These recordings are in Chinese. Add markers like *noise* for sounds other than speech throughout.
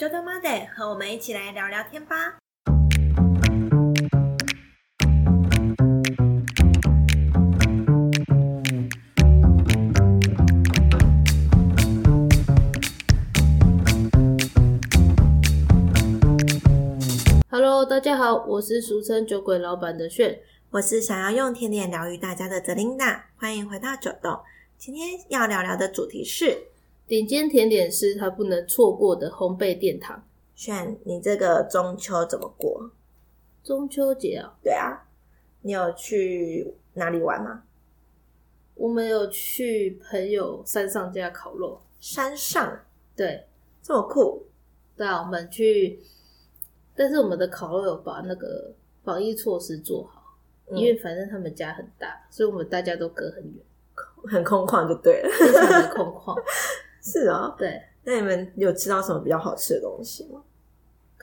j o d o Monday，和我们一起来聊聊天吧。 Hello，大家好，我是俗称酒鬼老板的炫。我是想要用甜点疗愈大家的泽琳娜，欢迎回到九栋。今天要聊聊的主题是顶尖甜点师，他不能错过的烘焙殿堂。炫，你这个中秋怎么过？中秋节啊，对啊，你有去哪里玩吗？我们有去朋友山上家烤肉。山上对，这么酷，对啊，我们去，但是我们的烤肉有把那个防疫措施做好，因为反正他们家很大，所以我们大家都隔很远，很空旷就对了。 *laughs* 非常的空旷。是哦，对，那你们有吃到什么比较好吃的东西吗？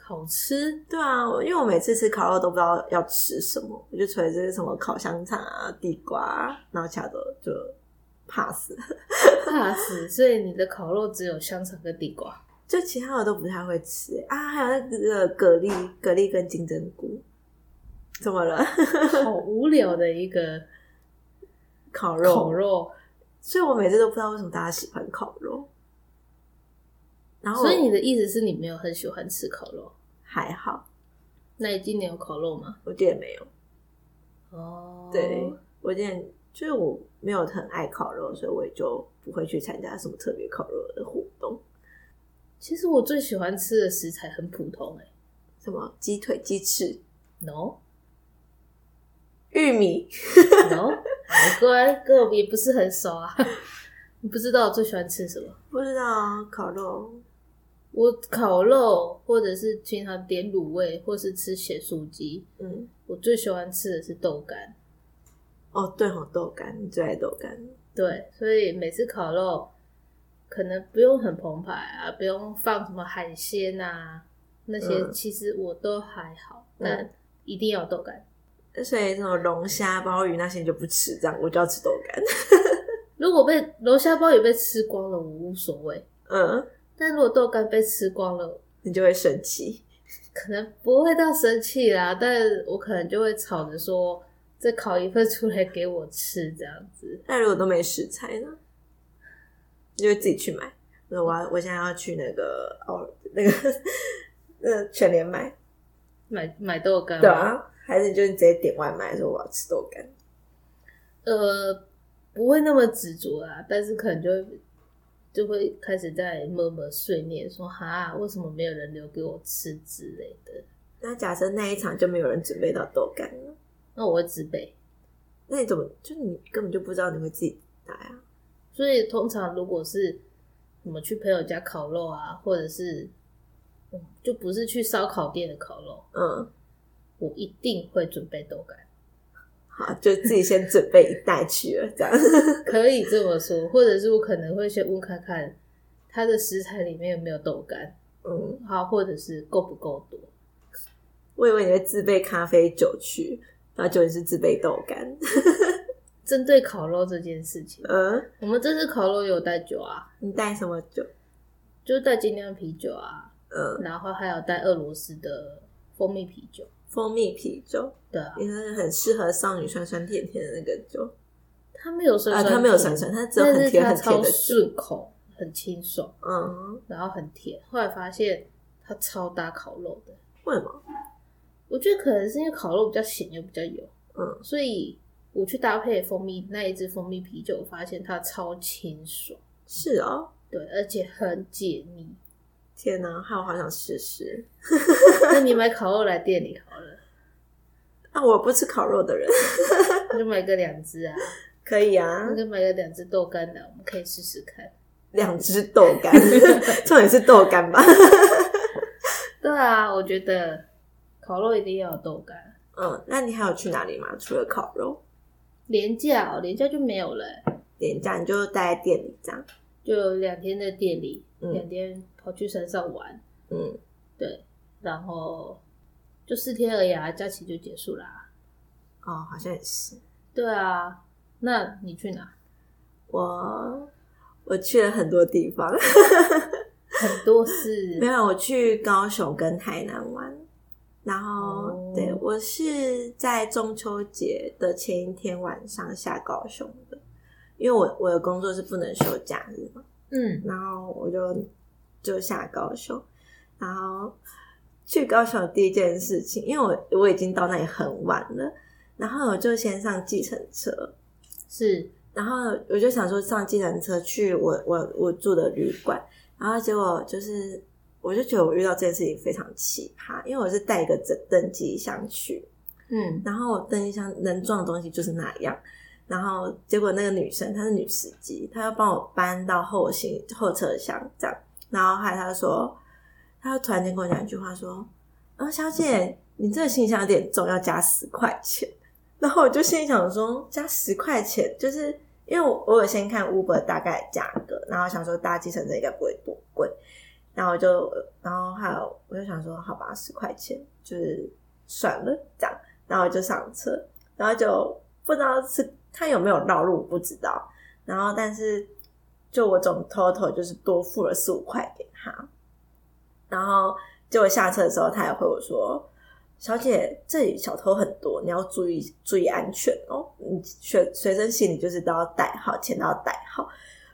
好吃对啊，我因为我每次吃烤肉都不知道要吃什么，我就除了这些什么烤香肠啊、地瓜啊，然后其他的就 pass 了。怕死，所以你的烤肉只有香肠跟地瓜。就其他的都不太会吃、欸啊，还有那个蛤蜊，蛤蜊跟金针菇，怎么了？ *laughs* 好无聊的一个烤肉，烤肉，所以我每次都不知道为什么大家喜欢烤肉。然后，所以你的意思是你没有很喜欢吃烤肉？还好，那你今年有烤肉吗？我觉得没有。哦对，我今年就是我没有很爱烤肉，所以我也就不会去参加什么特别烤肉的活动，其实我最喜欢吃的食材很普通哎、什么鸡腿、鸡翅、 no 玉米。 no，没 *laughs* 关，跟我也不是很熟啊。 *laughs* 你不知道我最喜欢吃什么？不知道啊，烤肉我烤肉，或者是平常点卤味，或是吃咸酥鸡。嗯，我最喜欢吃的是豆干，哦，对哦，豆干，你最爱豆干，对，所以每次烤肉可能不用很澎湃啊，不用放什么海鲜啊那些，嗯其实我都还好，嗯但一定要有豆干。所以什么龙虾、鲍鱼那些你就不吃，这样我就要吃豆干。 *laughs* 如果被龙虾包也被吃光了，我无所谓；嗯，但如果豆干被吃光了，你就会生气。可能不会到生气啦，但我可能就会吵着说，再烤一份出来给我吃这样子。那如果都没食材呢？你就会自己去买。我我要我现在要去那个哦，那个呃全联买，买买豆干，对，啊，还是你就直接点外卖说我要吃豆干。呃，不会那么执着啦，但是可能就会就会开始在默默碎念说，哈，为什么没有人留给我吃之类的？那假设那一场就没有人准备到豆干了，那我会自卑。那你怎么就你根本就不知道你会自己啊拿呀、所以通常如果是什么去朋友家烤肉啊，或者是嗯，就不是去烧烤店的烤肉，嗯，我一定会准备豆干。 *laughs* 好，就自己先准备一袋去了，这样。 *laughs* 可以这么说，或者是我可能会先问看看它的食材里面有没有豆干，嗯，好，或者是够不够多。我以为你会自备咖啡酒去，然后结果你是自备豆干。 *laughs* 针对烤肉这件事情，嗯，我们这次烤肉有带酒啊，你带什么酒？就是带精酿啤酒啊，嗯，然后还有带俄罗斯的蜂蜜啤酒，蜂蜜啤酒，对啊，也是很适合少女酸酸甜甜的那个酒它没有酸啊，酸甜，它没有酸酸，它只有但很是甜它很甜超的酒。顺口，很清爽，嗯，然后很甜。后来发现它超搭烤肉的，为什么？我觉得可能是因为烤肉比较咸又比较油，嗯，所以我去搭配蜂蜜那一支蜂蜜啤酒，我发现它超清爽，是哦，对，而且很解腻。天哪，害我好想试试。那你买烤肉来店里好了，啊，我不吃烤肉的人，你就买个两只啊，可以啊那，就买个两只豆干的，我们可以试试看。两只豆干， *laughs* 重点是豆干吧？对啊，我觉得烤肉一定要有豆干。嗯，那你还有去哪里吗？除了烤肉，廉价哦，廉价就没有了欸、廉价你就待在店里这样。就两天在店里，嗯两天跑去山上玩，嗯，对，然后就四天而已啊，假期就结束啦、哦，好像也是。对啊，那你去哪？我我去了很多地方，很多是 *laughs* 没有，我去高雄跟台南玩，然后、哦对我是在中秋节的前一天晚上下高雄的，因为我我的工作是不能休假日嘛，嗯然后我就就下高雄，然后去高雄的第一件事情，因为我我已经到那里很晚了，然后我就先上计程车，是然后我就想说上计程车去我我我住的旅馆，然后结果就是我就觉得我遇到这件事情非常奇葩，因为我是带一个登登机箱去，嗯然后我登机箱能装的东西就是那样，然后结果那个女生她是女司机，她要帮我搬到后行后车厢这样，然后后来她就说，她就突然间跟我讲一句话说，啊、小姐，你这个行李箱有点重，要加十块钱。然后我就心里想说，加十块钱，就是因为我我有先看 Uber 大概的价格，然后想说搭计程车应该不会多贵，然后我就然后还有我就想说，好吧，十块钱就是算了这样，然后我就上车，然后就不知道是他有没有绕路，我不知道，然后但是就我总 total 就是多付了四五块给他，然后结果下车的时候，他也回我说。小姐，这里小偷很多，你要注意注意安全哦。你随随身行李就是都要带好，钱都要带好。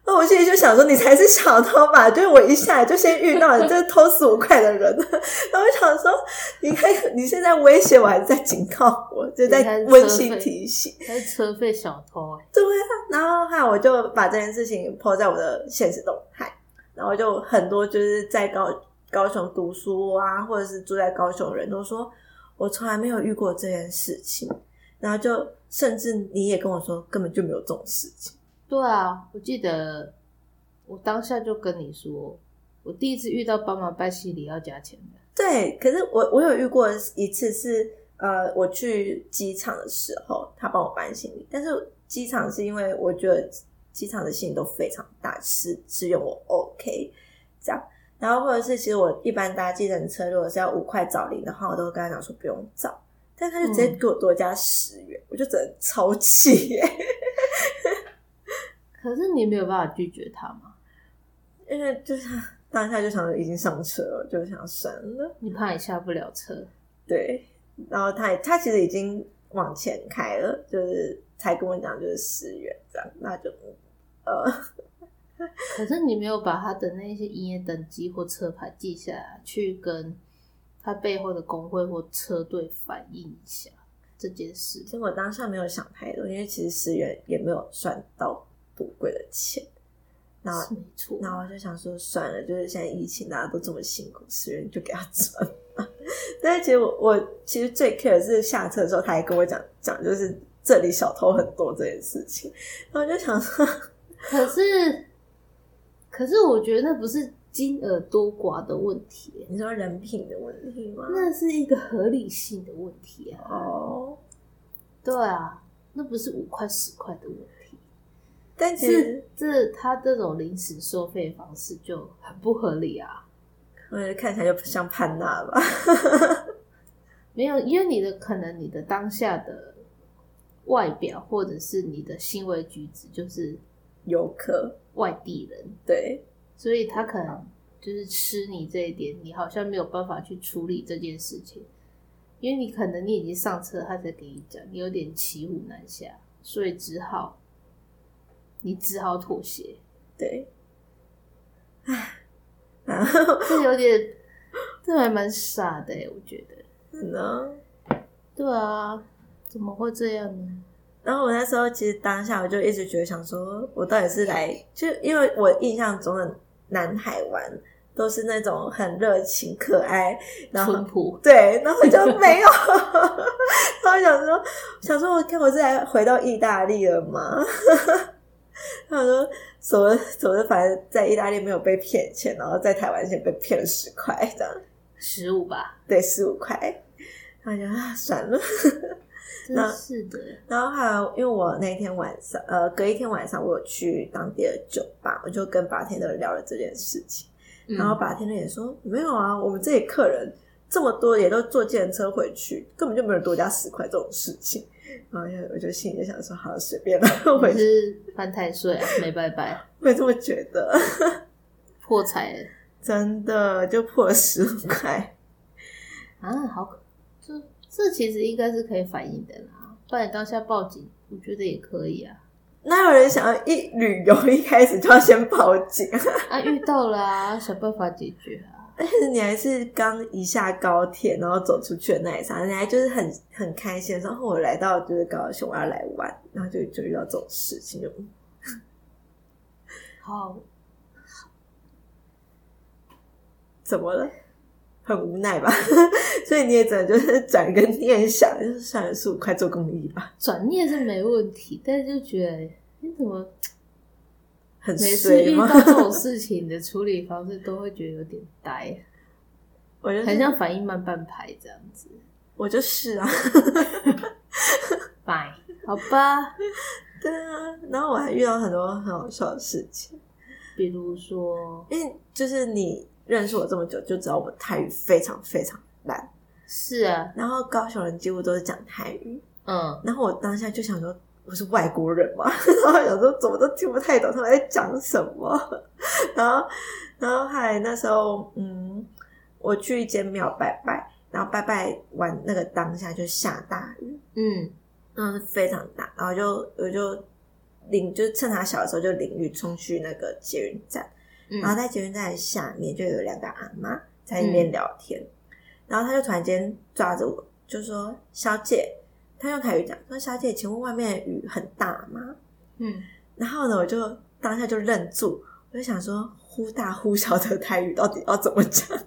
那我心里就想说，你才是小偷吧？就是我一下来就先遇到你这个偷十五块的 *laughs* 人，然后我想说，你看你现在威胁我，还是在警告我，就你才在是温车馨费提醒。他是车费小偷哎、对啊，然后后来我就把这件事情抛在我的现实动态，然后就很多就是在高高雄读书啊，或者是住在高雄的人都说，我从来没有遇过这件事情，然后就甚至你也跟我说根本就没有这种事情，对啊，我记得我当下就跟你说，我第一次遇到帮忙办行李要加钱的。对，可是我我有遇过一次是呃我去机场的时候，他帮我搬行李，但是机场是因为我觉得机场的行李都非常大，吃吃用我 OK 这样。然后或者是其实我一般搭计程车，如果是要五块找零的话，我都会跟他讲说不用找，但他就直接给我多加十元，我就真的超气耶、 *laughs* 可是你没有办法拒绝他嘛？因为就是当下就想说已经上车了，就想算了。你怕你下不了车，对，然后他也他其实已经往前开了，就是才跟我讲就是十元这样，那就呃，可是你没有把他的那些营业等级或车牌记下来，去跟他背后的工会或车队反映一下这件事其。实我当下没有想太多，因为其实十元也没有算到多贵的钱，然后是没错，然后我就想说算了，就是现在疫情大家都这么辛苦，十元就给他赚吧。 *laughs* 但是其实我我其实最 care 的是下车的时候，他还跟我讲讲就是这里小偷很多这件事情，然后我就想说。 *laughs* 可是，可是我觉得那不是金额多寡的问题，你说人品的问题吗？那是一个合理性的问题啊。哦，对啊，那不是五块十块的问题，但其实是这他这种临时收费方式就很不合理啊。我觉得看起来就像潘娜吧。 *laughs* 没有，因为你的可能你的当下的外表或者是你的行为举止就是游客，外地人，对所以他可能就是吃你这一点，你好像没有办法去处理这件事情，因为你可能你已经上车，他才给你讲，你有点骑虎难下，所以只好你只好妥协，对，唉，然后这有点这还蛮傻的欸我觉得。呢？对啊，怎么会这样呢？然后我那时候其实当下我就一直觉得想说，我到底是来，就因为我印象中的南海湾都是那种很热情、可爱，然后淳朴，对，然后就没有。 *laughs* 然后想说，想说，我看我是来回到意大利了吗？ *laughs* 他想说，怎么怎么，反正在意大利没有被骗钱，然后在台湾先被骗了十块，这样食物吧。对，十五块。然后就啊，算了。 *laughs* 真是的，然后还有，因为我那天晚上，呃，隔一天晚上，我有去当地的酒吧，我就跟白天的聊了这件事情。嗯然后把天乐也说没有啊，我们这里客人这么多，也都坐计程车回去，根本就没有多加十块这种事情。然后就我就心里就想说，好随便了，我我 *laughs* 是犯太岁啊，没拜拜，会这么觉得。破财了。真的就破了十五块。啊，好可，这这其实应该是可以反映的啦，不然当下报警，我觉得也可以啊。哪有人想要一旅游一开始就要先报警？ *laughs* 啊，遇到了啊， *laughs* 想办法解决啊。而且你还是刚一下高铁，然后走出去的那一刹那，你还就是很很开心的说，然哦后我来到就是高雄，我要来玩，然后就就遇到这种事情，就嗯好，怎么了？很无奈吧？ *laughs* 所以你也只能就是转个念想，就是算了，十五块做公益吧，转念是没问题，但是就觉得你怎么很每次衰遇吗到？这种事情的处理方式都会觉得有点 *laughs* 呆，啊 *laughs* 我就是很像反应慢半拍这样子。我就是啊， *laughs* fine，好吧，对啊，然后我还遇到很多很好笑的事情。比如说因为就是你认识我这么久，就知道我泰语非常非常烂。是啊，然后高雄人几乎都是讲泰语，嗯，然后我当下就想说，我是外国人嘛， *laughs* 然后想说怎么都听不太懂他们在讲什么。然后，然后还那时候，嗯，我去一间庙拜拜，然后拜拜完那个当下就下大雨，嗯，那是非常大，然后就我就淋，就是趁他小的时候就淋雨冲去那个捷运站。然后嗯，在捷运站的下面就有两个阿妈在那边聊天，然后他就突然间抓着我，就说：“小姐，他用台语讲说，小姐，请问外面的雨很大吗嗯，？”然后呢，我就当下就愣住，我就想说，忽大忽小的台语到底要怎么讲？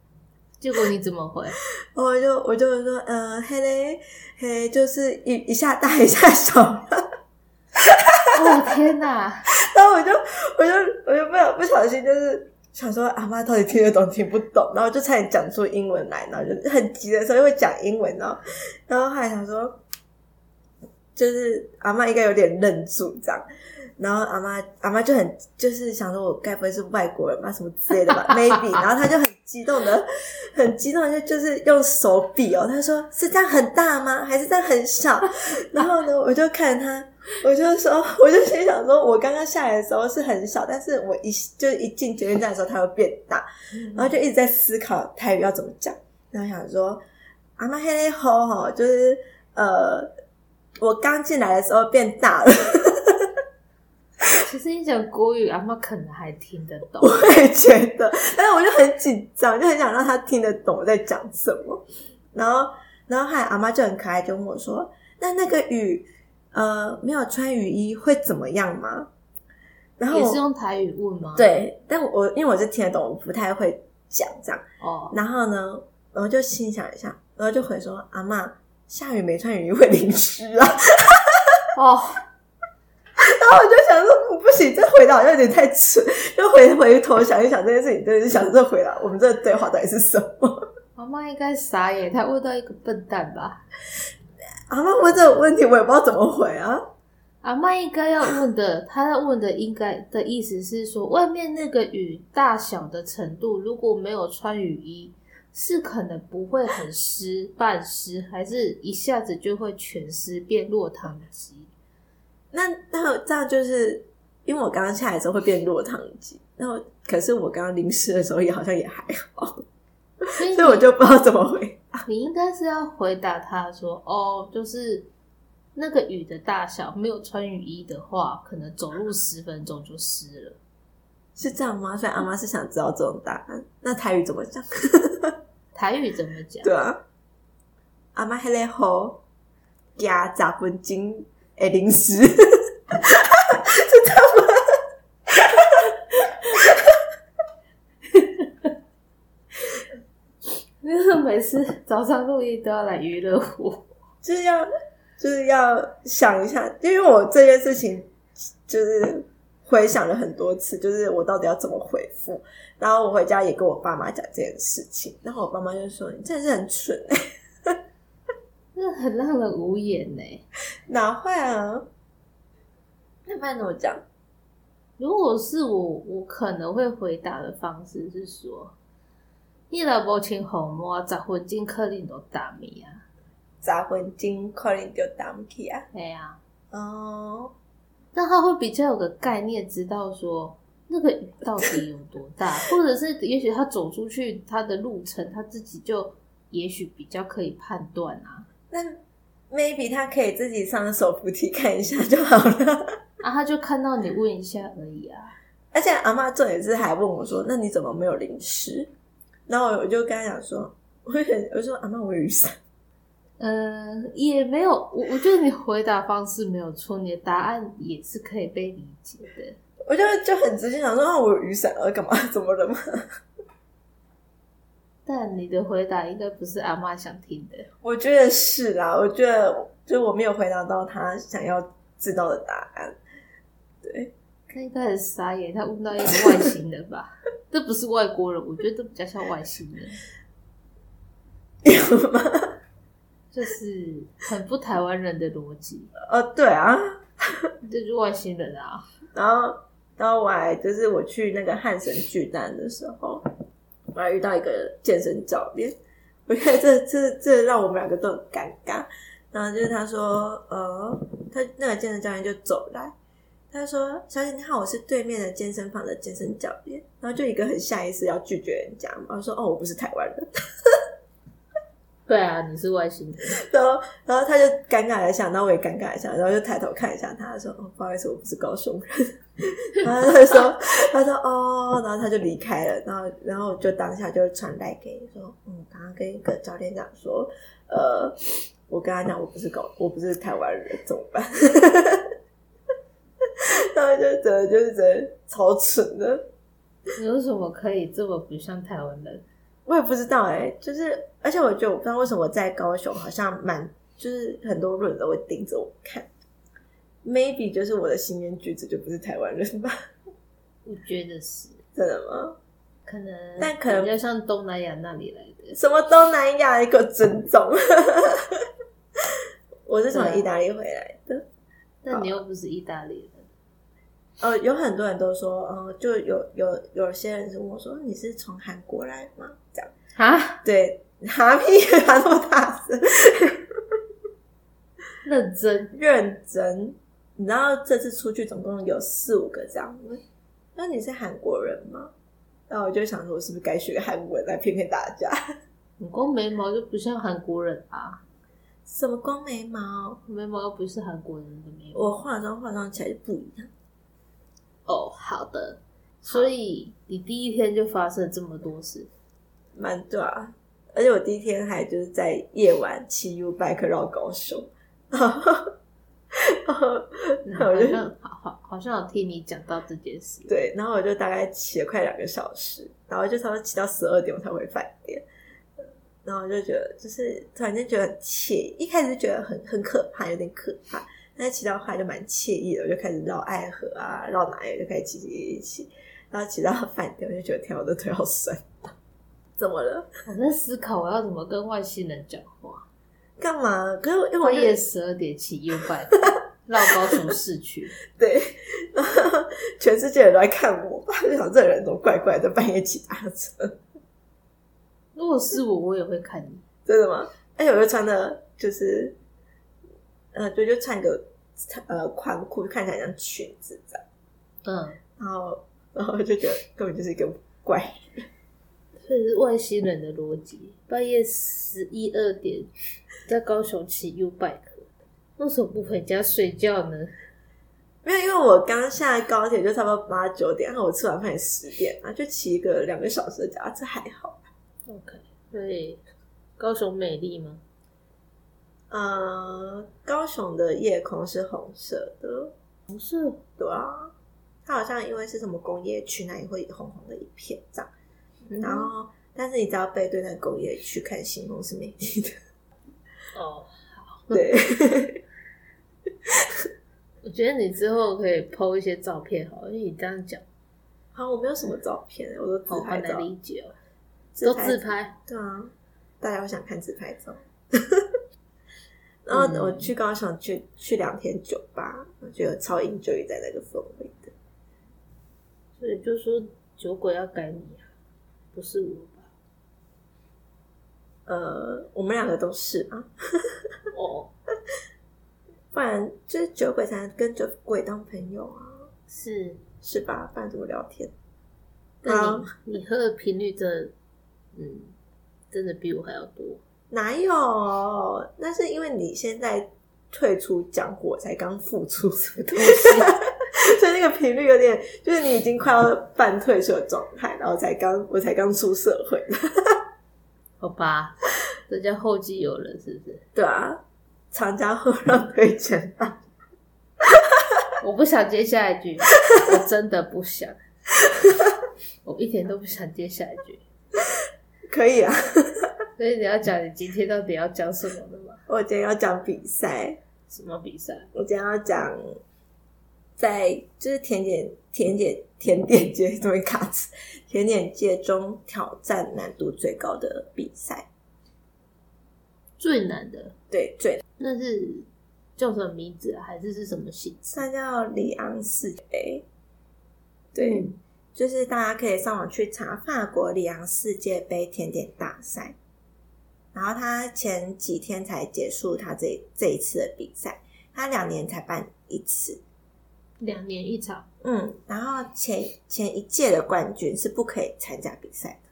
*laughs* 结果你怎么回？我就我就说，呃，嘿嘞，嘿，就是一一下大一下小，哦天 *laughs* 哪！然后我就我就我就不小不小心就是想说阿妈到底听得懂听不懂，然后就差点讲出英文来，然后就很急的时候又会讲英文，然后然后后来想说，就是阿妈应该有点愣住这样。然后阿妈阿妈就很就是想说，我该不会是外国人吧，什么之类的吧 *laughs* ，maybe。然后她就很激动的，很激动的就就是用手比哦，她说是这样很大吗？还是这样很小？然后呢，我就看她，我就说， *laughs* 我就心想说，我刚刚下来的时候是很小，但是我一就一进捷运站的时候，它会变大，然后就一直在思考泰语要怎么讲，然后想说，阿妈嘿嘞吼吼，就是呃，我刚进来的时候变大了。其实你讲国语，阿妈可能还听得懂。我也觉得，但是我就很紧张，就很想让他听得懂我在讲什么。然后，然后还有阿妈就很可爱，就问我说：“那那个雨，呃，没有穿雨衣会怎么样吗？”然后也是我用台语问吗？，对，但我因为我是听得懂，我不太会讲这样。哦，然后呢，我就心想一下，然后就回说：“阿妈，下雨没穿雨衣会淋湿啊。”哦，然后我就想说，不行，这回答好像有点太蠢，就回回头想一想这件事情，真的是想这回答我们这个对话到底是什么？阿妈应该傻眼，她问到一个笨蛋吧？阿妈问这个问题，我也不知道怎么回啊。阿妈应该要问的，她要问的应该的意思是说，外面那个雨大小的程度，如果没有穿雨衣，是可能不会很湿、半湿，还是一下子就会全湿变落汤 *laughs* 鸡？那那这样就是因为我刚刚下来的时候会变落汤鸡，那我可是我刚刚淋湿的时候也好像也还好，所以你所以我就不知道怎么回。你应该是要回答他说：“哦，就是那个雨的大小，没有穿雨衣的话，可能走路十分钟就湿了。是这样吗？所以阿妈是想知道这种答案。那台语怎么讲？”台语怎么 *laughs* *laughs* 讲？对啊，阿妈迄个雨加十分钟会淋湿， *laughs* 是这样吗？因为每次早上录音都要来娱乐我。就是要就是要想一下，因为我这件事情就是回想了很多次，就是我到底要怎么回复。然后我回家也跟我爸妈讲这件事情，然后我爸妈就说：“你真的是很蠢、 *laughs* 欸，那很让人无言呢、哪会啊？”那不然怎么讲？如果是我，我可能会回答的方式是说：“你若无穿红毛，十分钟可能都打米啊。十分钟可能就打不起啊”。对啊，哦，那他会比较有个概念，知道说那个雨到底有多大，或者是也许他走出去他的路程，他自己就也许比较可以判断啊。那 maybe 他可以自己上手扶梯看一下 *laughs* 就好了。啊，他就看到你问一下而已啊。而且阿妈重点是还问我说：“那你怎么没有淋湿？”然后我就跟她讲说：“ *laughs* 我很我说阿妈，我有雨伞。嗯，也没有，我我觉得你回答方式没有错，你的答案也是可以被理解的。”我就就很直接想说：“啊，我有雨伞，我干嘛？ *laughs* 怎么了吗但你的回答应该不是阿妈想听的。？”我觉得是啦，我觉得就我没有回答到她想要知道的答案。他应该很傻眼，他问到一个外星人吧？ *laughs* 这不是外国人，我觉得这比较像外星人，有吗？就是很不台湾人的逻辑，哦，对啊， *laughs* 这就是外星人啊！然后，然后我还就是我去那个汉神巨蛋的时候，我还遇到一个健身教练，我觉得这这这让我们两个都很尴尬。然后就是他说，呃，他那个健身教练就走来，他说：“小姐你好，我是对面的健身房的健身教练。”然后就一个很下意识要拒绝人家嘛，我说：“哦，我不是台湾人。”对啊，你是外星人， *laughs* 然后，然后他就尴尬了一下，然后我也尴尬一下，然后就抬头看一下他，说：“哦，不好意思，我不是高雄人。”然后他就说：“他说哦。”然后他就离开了。然后，然后我就当下就传来给你说：“嗯，刚刚跟一个教练讲说，呃，我跟他讲我不是高，我不是台湾人，怎么办？” *laughs* 然后就整个就是整个超蠢的。你为什么可以这么不像台湾人？我也不知道哎、就是而且我觉得我不知道为什么在高雄好像蛮就是很多人都会盯着我看，maybe 就是我的行言举止就不是台湾人吧？ *laughs* 我觉得是，真的吗？可能，但可能比较像东南亚那里来的。什么东南亚一个尊重， *laughs* 我是从意大利回来的。但你又不是意大利人，呃，有很多人都说，嗯、就有有有些人是问我说你是从韩国来吗？这样啊，对，哈屁哈那么大声，认真认真。你知道这次出去总共有四五个这样问，那你是韩国人吗？那我就想说，我是不是该学个韩文来骗骗大家？你光眉毛就不像韩国人啊，什么光眉毛，眉毛又不是韩国人的眉毛。我化妆化妆起来就不一样。哦，好的。所以你第一天就发生这么多 *laughs* 事，蛮对啊。而且我第一天还就是在夜晚骑 U bike 绕高雄， *laughs* 然后然后好像好好好像有听你讲到这件事，对，然后我就大概骑了快两个小时，然后就差不多骑到十二点我才回饭店，然后我就觉得就是突然间觉得很惬意，一开始觉得很很可怕，有点可怕，但是骑到后来就蛮惬意的，我就开始绕爱河啊，绕哪里就开始骑骑骑骑，然后骑到饭店我就觉得天啊，我的腿好酸，怎么了？我在思考我要怎么跟外星人讲话。干嘛？可是我因为我半就夜十二点起 U 拜， *laughs* 绕高雄市区，对， *laughs* 然后全世界人都在看我，我就想这人怎么怪怪的，半夜骑大车。如果是我，我也会看你。真的吗？而且我就穿的，就是，呃，就就穿一个呃宽裤，看起来像裙子这样，嗯，然后然后就觉得根本就是一个怪人。这是外星人的逻辑。半夜十一二点在高雄骑 U bike，为什么不回家睡觉呢？没有，因为我刚下高铁就差不多八九点，然后我吃完饭也十点嘛，就骑一个两个小时的脚踏车还好。 OK，所以高雄美丽吗？呃，高雄的夜空是红色的，不是，对啊，它好像因为是什么工业区，那里会红红的一片这样。嗯然后，但是你只要背对那个工业区看星空是美丽 *laughs* 的。哦，对，我觉得你之后可以 PO 一些照片，好了，因为你这样讲，好，我没有什么照片，我都好自好拍照难，理解哦，自都拍自拍。嗯对啊，大家会想看自拍照。然后我去高雄去去两天酒吧，我觉得超 enjoy 在那个氛围的。所以就说酒鬼要改你啊，不是我吧？呃，我们两个都是啊，哦，不然就是酒鬼才能跟酒鬼当朋友啊。是，是吧？不然怎么聊天？啊但你你喝的频率真的，嗯，真的比我还要多。哪有？那是因为你现在退出讲火，才刚复出，所以所以那个频率有点，就是你已经快要半退休的状态，然后才刚我才刚出社会，好吧，这叫后继有人，是不是？对啊，常家后让推荐啊，我不想接下一句， *laughs* 我真的不想，我一点都不想接下一句。可以啊。所以你要讲你今天到底要讲什么的吗？我今天要讲比赛，什么比赛？我今天要讲在就是甜点甜点甜点界这边卡词，甜点界中挑战难度最高的比赛，最难的对，最那是叫什么名字、啊，还是是什么形式？它叫里昂世杯，对，嗯就是大家可以上网去查法国里昂世界杯甜点大赛，然后他前几天才结束他这这一次的比赛，他两年才办一次，两年一场，嗯，然后前前一届的冠军是不可以参加比赛的，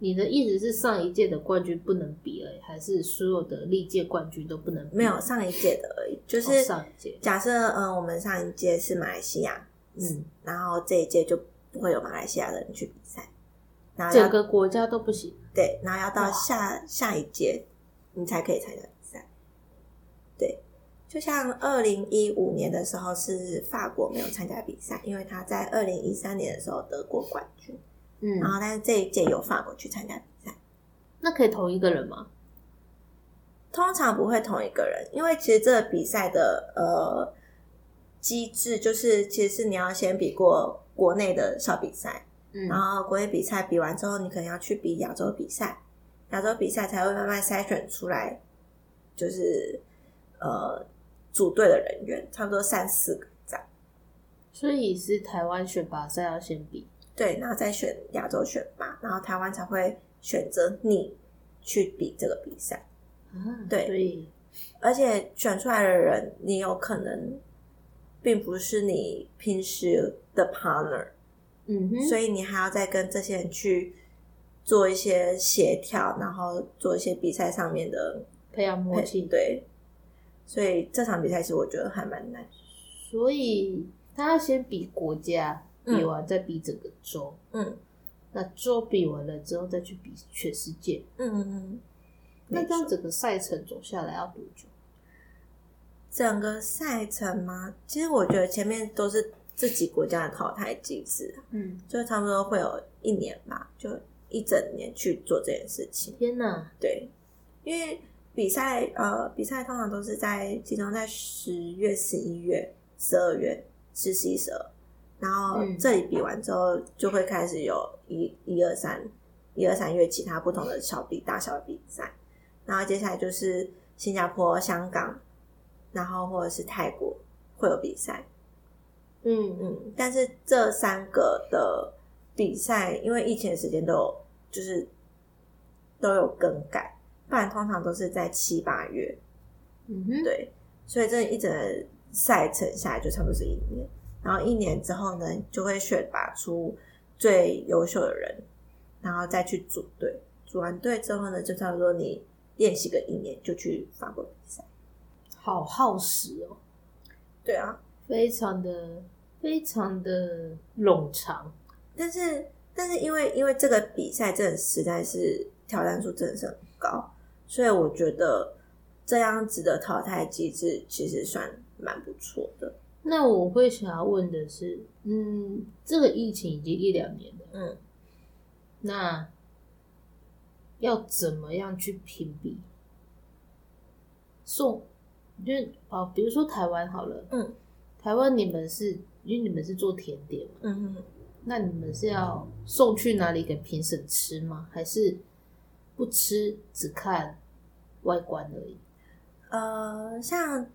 你的意思是上一届的冠军不能比而已，还是所有的历届冠军都不能比？没有上一届的而已，就嗯哦是上一届，假设嗯、呃我们上一届是马来西亚，嗯，然后这一届就不会有马来西亚的人去比赛，然后要整个国家都不行。对，然后要到哇下下一届你才可以参加比赛。对，就像二零一五年的时候是法国没有参加比赛，因为他在二零一三年的时候得过冠军，嗯，然后但是这一届由法国去参加比赛。那可以同一个人吗？通常不会同一个人，因为其实这个比赛的呃机制就是，其实是你要先比过国内的小比赛，嗯然后国内比赛比完之后，你可能要去比亚洲比赛，亚洲比赛才会慢慢筛选出来，就是呃组队的人员，差不多三四个这样。所以是台湾选拔赛要先比，对，然后再选亚洲选拔，然后台湾才会选择你去比这个比赛。啊，对所以而且选出来的人，你有可能并不是你平时的 partner，、嗯哼，所以你还要再跟这些人去做一些协调，然后做一些比赛上面的培养默契，，对，所以这场比赛其实我觉得还蛮难。所以他要先比国家，嗯比完再比整个州，嗯那州比完了之后再去比全世界，嗯嗯嗯。那没这样错整个赛程走下来要多久？整个赛程吗？其实我觉得前面都是自己国家的淘汰机制啊，嗯，就差不多会有一年吧，就一整年去做这件事情。天哪，对，因为比赛呃，比赛通常都是在集中在十月、十一月、十二月、十、十一、十二，然后嗯这里比完之后，就会开始有一、一二三、一二三月其他不同的小比大小的比赛，然后接下来就是新加坡、香港，然后或者是泰国会有比赛，嗯嗯，嗯，但是这三个的比赛，因为疫情的时间都有，就是都有更改，不然通常都是在七八月，嗯哼，对，所以这一整个赛程下来就差不多是一年，然后一年之后呢，就会选拔出最优秀的人，然后再去组队，组完队之后呢，就差不多你练习个一年就去法国比赛，好耗时哦，对啊，非常的非常的冗长，但是但是因为因为这个比赛真的实在是挑战数真的是很高，所以我觉得这样子的淘汰机制其实算蛮不错的。那我会想要问的是，嗯，这个疫情已经一两年了，嗯，那要怎么样去评比？送，就是哦，比如说台湾好了，嗯，台湾你们是因为你们是做甜点嘛，嗯哼，那你们是要送去哪里给评审吃吗？还是不吃只看外观而已？呃，像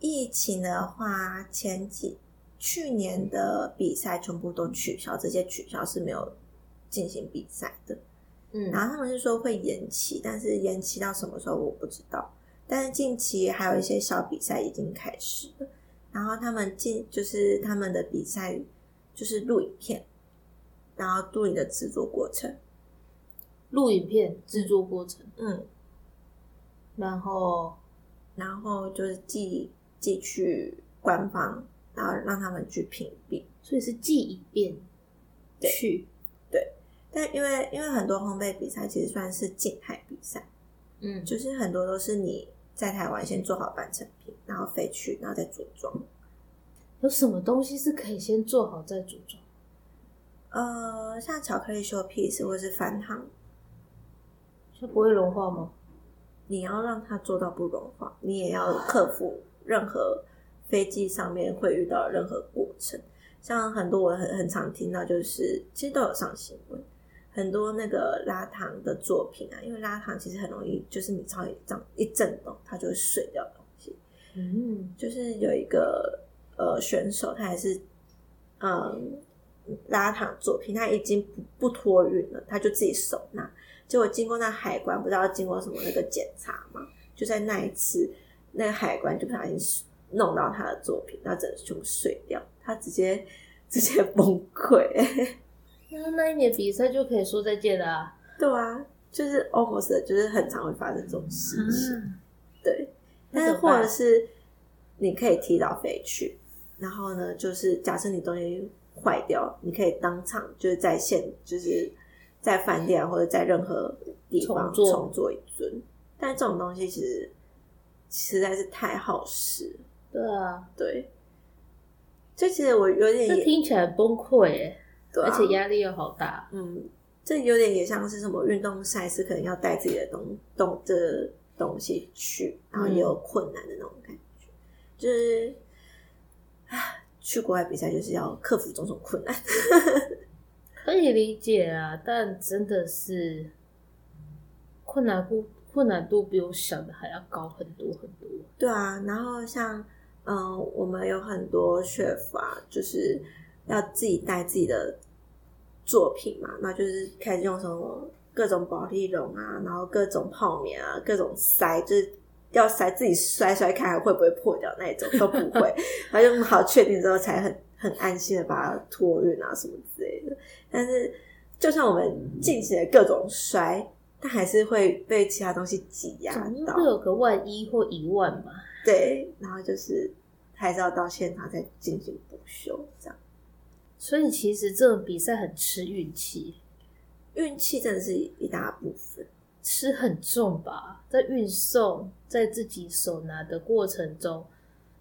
疫情的话，前几去年的比赛全部都取消，这些取消是没有进行比赛的。嗯然后他们是说会延期，但是延期到什么时候我不知道。但是近期还有一些小比赛已经开始了，然后他们进就是他们的比赛就是录影片，然后录你的制作过程，录影片制作过程，嗯，然后然后就是寄寄去官方，然后让他们去评比。所以是记一遍对去，但因为因为很多烘焙比赛其实算是静态比赛，嗯，就是很多都是你在台湾先做好半成品，然后飞去，然后再组装。有什么东西是可以先做好再组装？呃，像巧克力 show piece 或是翻糖，就不会融化吗？你要让它做到不融化，你也要克服任何飞机上面会遇到的任何过程。像很多我很很常听到，就是其实都有上新闻，很多那个拉糖的作品啊，因为拉糖其实很容易，就是你超一张一震动，它就会碎掉东西。嗯，就是有一个呃选手，他也是嗯拉糖作品，他已经不不托运了，他就自己手拿。结果经过那海关，不知道经过什么那个检查嘛，就在那一次，那个海关就不小心弄到他的作品，然后整个全部碎掉，他直接直接崩溃、 *laughs* 那那一年比赛就可以说再见了啊。对啊，就是 almost 就是很常会发生这种事情。对，但是那怎么办或者是你可以提早飞去，然后呢，就是假设你东西坏掉，你可以当场就是在现，就是在饭店或者在任何地方重做重做一尊。但这种东西其实实在是太耗时，对啊，对。这其实我有点这也，听起来很崩溃耶，对啊而且压力又好大。嗯，这有点也像是什么运动赛事，可能要带自己的东东的东西去，然后也有困难的那种感觉，就是，唉去国外比赛就是要克服种种困难。可以理解啊，但真的是困难度困难度比我想的还要高很多很多。对啊，然后像嗯，我们有很多学法，就是要自己带自己的作品嘛，那就是开始用什么各种保利龙啊，然后各种泡棉啊，各种塞，就是要塞自己摔摔看会不会破掉那一种都不 *laughs* 会，然后用好确定之后才很很安心的把它托运啊什么之类的。但是就算我们进行了各种摔，但还是会被其他东西挤压总是到会。有个万一或一万嘛。对，然后就是还是要到现场再进行补修，这样所以其实这种比赛很吃运气，运气真的是一大部分。吃很重吧。在运送在自己手拿的过程中，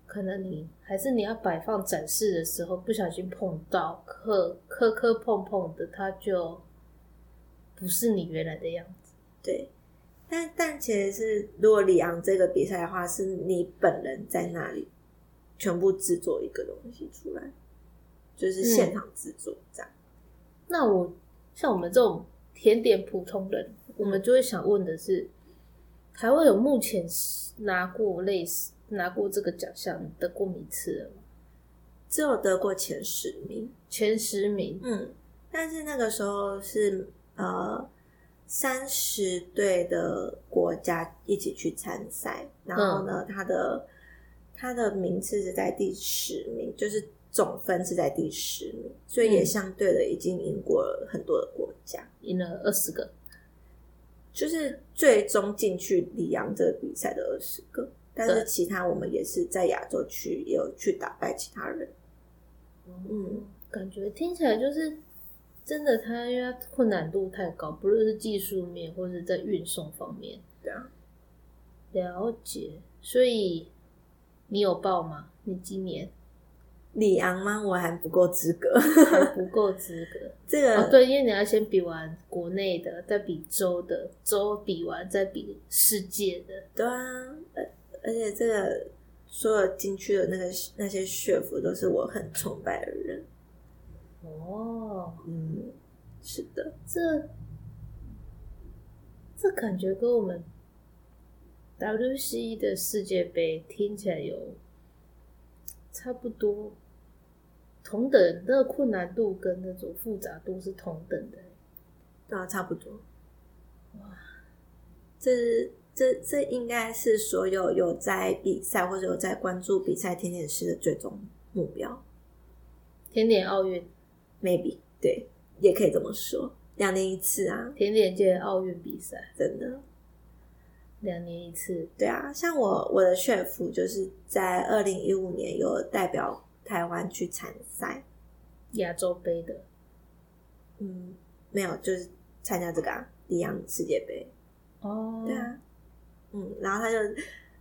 可能你还是你要摆放展示的时候，不小心碰到磕磕磕碰碰的，它就不是你原来的样子。对，但但其实是如果里昂这个比赛的话，是你本人在那里全部制作一个东西出来，就是现场制作这样。那我像我们这种甜点普通人，我们就会想问的是，台湾有目前拿过类似拿过这个奖项得过名次了吗？只有得过前十名，前十名，嗯，但是那个时候是呃三十队的国家一起去参赛，然后呢，他的他的名次是在第十名，就是总分是在第十名，所以也嗯相对的已经赢过了很多的国家。赢了二十个，就是最终进去里昂这个比赛的二十个，但是对其他我们也是在亚洲区也有去打败其他人。嗯，感觉听起来就是真的它，因为它困难度太高，不论是技术面或是在运送方面。对啊，了解。所以你有报吗？你今年里昂吗？我还不够资格。 *laughs* 还不够资格。这个、哦，对，因为你要先比完国内的，再比州的，州比完再比世界的。对啊，而而且这个所有进去的那个那些学府都是我很崇拜的人。哦，嗯，是的，这这感觉跟我们 WCE 的世界杯听起来有差不多同等的困难度跟那种复杂度是同等的。对啊，差不多。哇，这这这应该是所有有在比赛或者有在关注比赛甜点师的最终目标甜点奥运， ，maybe 对，也可以这么说，两年一次啊，甜点界的奥运比赛，真的。两年一次，对啊，像我我的炫夫就是在二零一五年有代表台湾去参赛，亚洲杯的，嗯，没有就是参加这个啊，里昂世界杯，哦对啊，嗯，然后他就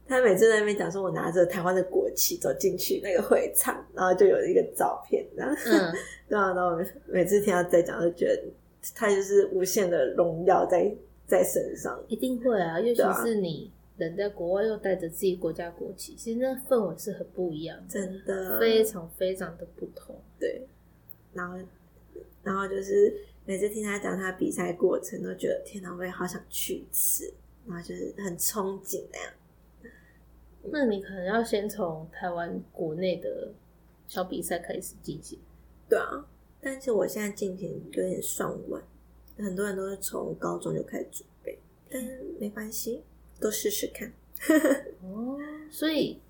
他每次在那边讲说，我拿着台湾的国旗走进去那个会场，然后就有一个照片这样，嗯，对啊，然后我每次听他在讲，就觉得他就是无限的荣耀在在身上，一定会啊，尤其对啊是你人在国外又带着自己国家国旗，其实那氛围是很不一样的，真的非常非常的不同。对，然后然后就是每次听他讲他比赛过程，都觉得天哪，我也好想去一次，然后就是很憧憬欸那样。那你可能要先从台湾国内的小比赛开始进行，对啊，但是我现在进行有点算晚，很多人都是从高中就开始准备，但是没关系，都试试看。哦，所以